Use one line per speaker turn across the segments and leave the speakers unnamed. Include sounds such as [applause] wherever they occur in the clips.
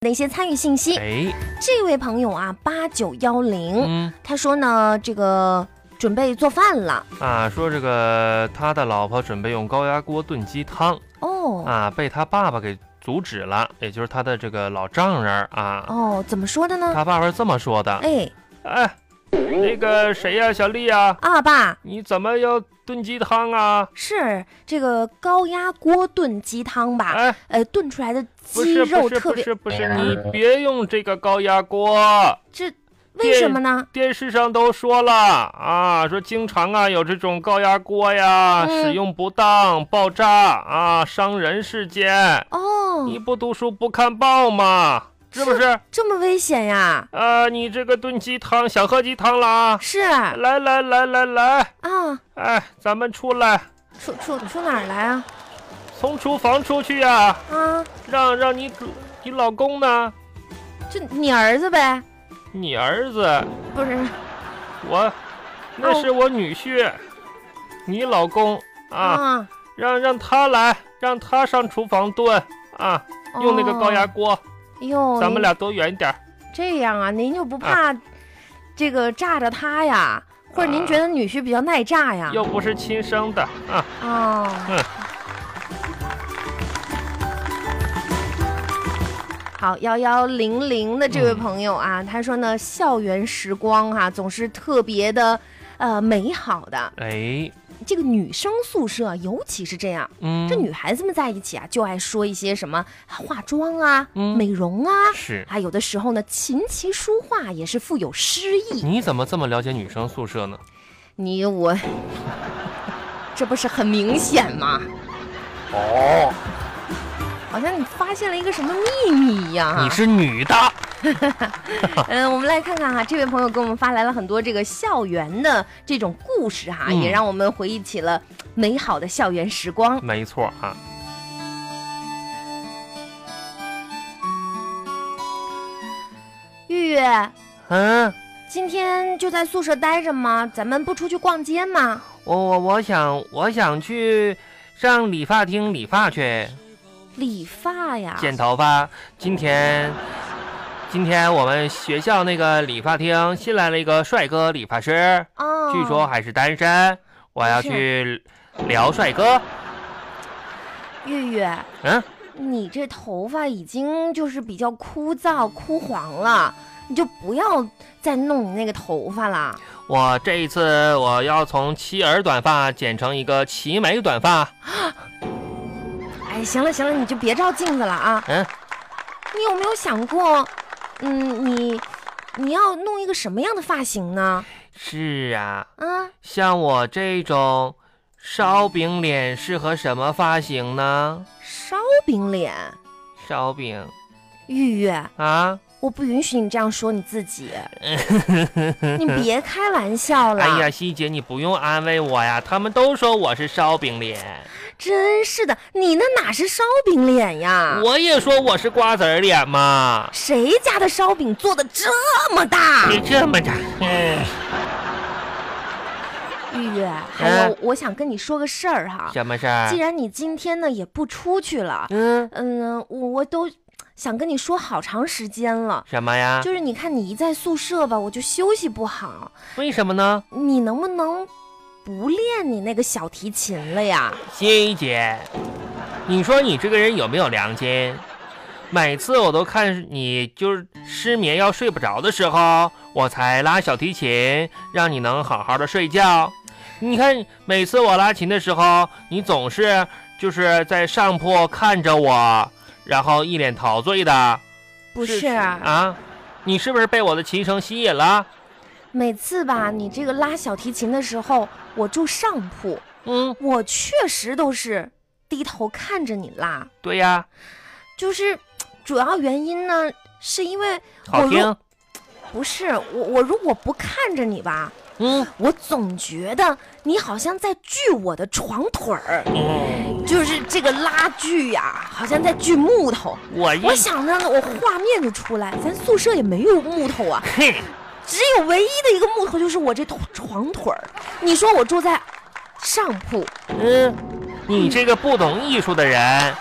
的一些参与信息。
哎，
这位朋友啊，八九幺零，
嗯
他说呢，这个准备做饭了
啊，说这个他的老婆准备用高压锅炖鸡汤
哦
啊，被他爸爸给阻止了，也就是他的这个老丈人啊。
哦，怎么说的呢？
他爸爸是这么说的：
哎
哎，那个谁呀、小丽呀、
啊，爸，
你怎么要炖鸡汤啊？
是这个高压锅炖鸡汤吧？
哎，
呃，炖出来的
不
鸡
是
肉
不是
特
不
别，
是不是，你别用这个高压锅。
这为什么呢？
电视上都说了啊，说经常啊有这种高压锅呀，
嗯
使用不当爆炸啊，伤人事件。
哦
你，不读书不看报吗？是不是？
这么危险呀？
呃，你这个炖鸡汤想喝鸡汤了啊？
是啊，
来来来来来，哎，咱们出来，
出出出哪儿来啊？
从厨房出去呀、
啊，
让让你主你老公呢？
就你儿子呗？
你儿子，
不是，
我，那
哦
是我女婿，你老公啊，
啊，
让让他来，让他上厨房炖啊，用那个高压
哦。
锅，
哟，
咱
您
们俩躲远一点儿。
这样啊，您就不怕这个炸着他呀？或者您
啊
觉得女婿比较耐炸呀？
又不是亲生的啊，
哦，
嗯
好，幺幺零零的这位朋友
嗯
啊，他说呢，校园时光哈、总是特别的，呃，美好的。
哎，
这个女生宿舍尤其是这样，
嗯
这女孩子们在一起啊，就爱说一些什么呃化妆啊、
嗯
美容啊，
是，
啊，有的时候呢，琴棋书画也是富有诗意。
你怎么这么了解女生宿舍呢？
你我，这不是很明显吗？
哦，
好像你发现了一个什么秘密一样哈、
你是女的，
嗯，我们来看看哈，这位朋友给我们发来了很多这个校园的这种故事哈，
嗯
也让我们回忆起了美好的校园时光。
没错啊。
月月，
嗯，
今天就在宿舍待着吗？咱们不出去逛街吗？
我我我想我想去上理发厅理发去
理发呀？
剪头发。今天今天我们学校那个理发厅新来了一个帅哥理发师，
哦，
据说还是单身。我要
是
去聊帅哥。
月月，
嗯，
你这头发已经就是比较枯燥枯黄了，你就不要再弄你那个头发了。
我这一次我要从齐耳短发剪成一个齐眉短发。
哎，行了行了，你就别照镜子了啊。
嗯，
你有没有想过，嗯，你你要弄一个什么样的发型呢？
是啊，
啊，
像我这种烧饼脸适合什么发型呢？
烧饼脸，
烧饼
玉玉，
啊！
我不允许你这样说你自
[laughs]
己，你别开玩笑了。
哎呀，希姐，你不用安慰我呀，他们都说我是烧饼脸，
真是的，你那哪是烧饼脸呀？
我也说我是瓜子儿脸嘛。
谁家的烧饼做的这么大？
你这么着，
哎
嗯，
玉玉，还有，我想跟你说个事儿哈。
什么事
既
儿？
然你今天呢也不出去了，
嗯，
嗯，我我都想跟你说好长时间了，
什么呀？
就是你看你一在宿舍吧，我就休息不好，
为什么呢？
你能不能不练你那个小提琴了呀？
希姐，你说你这个人有没有良心？每次我都看你就是失眠要睡不着的时候，我才拉小提琴，让你能好好的睡觉。你看，每次我拉琴的时候，你总是就是在上铺看着我，然后一脸陶醉的。
不
是
是，
啊，你是不是啊被我的琴声吸引了？
每次吧，你这个拉小提琴的时候，我住上铺，
嗯，
我确实都是低头看着你拉，
对呀，
就是主要原因呢，是因为我
嗯好
如
听。
不是我，我如果不看着你吧，
嗯，
我总觉得你好像在锯我的床腿儿。
嗯
就是这个拉锯呀、好像在锯木头。
嗯我一
我想着呢，我画面就出来，咱宿舍也没有木头啊，
嘿，
只有唯一的一个木头就是我这腿床腿儿。你说我住在上铺，
嗯，你这个不懂艺术的人，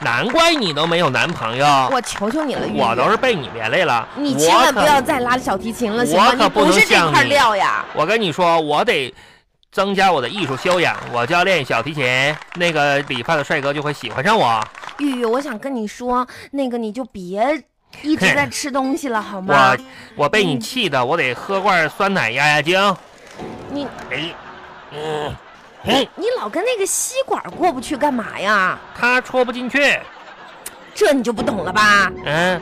难怪你都没有男朋友。
我求求你了，玉玉
啊我都是被你连累了。
你
我
千万不
可
要再拉小提琴了，行吗？
我可
你
不能
是这
像
块
你
料呀。
我跟你说，我得增加我的艺术修养，我就要练小提琴。那个理发的帅哥就会喜欢上我。
玉玉，我想跟你说，那个你就别一直在吃东西了，好吗
我？我被你
嗯
气的，我得喝罐酸奶压压惊。
你
哎，嗯，嘿，
你老跟那个吸管过不去干嘛呀？
他戳不进去。
这你就不懂了吧？
嗯，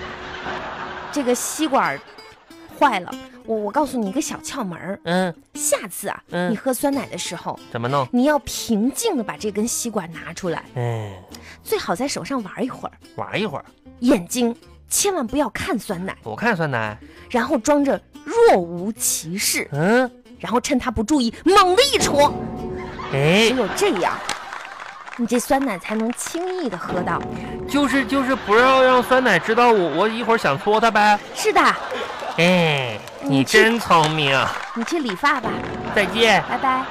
这个吸管坏了，我我告诉你一个小窍门儿，
嗯，
下次啊，
嗯
你喝酸奶的时候，
怎么弄？
你要平静的把这根吸管拿出来，
嗯，
最好在手上玩一会儿，
玩一会儿。
眼睛千万不要看酸奶，
我看酸奶。
然后装着若无其事，
嗯，
然后趁他不注意猛地一戳，只
哎，
有这样，你这酸奶才能轻易的喝到。
就是就是不要让酸奶知道我我一会儿想搓他呗。
是的，
哎，
你
你
这
真聪明。啊
你去理发吧，
再见。
拜拜。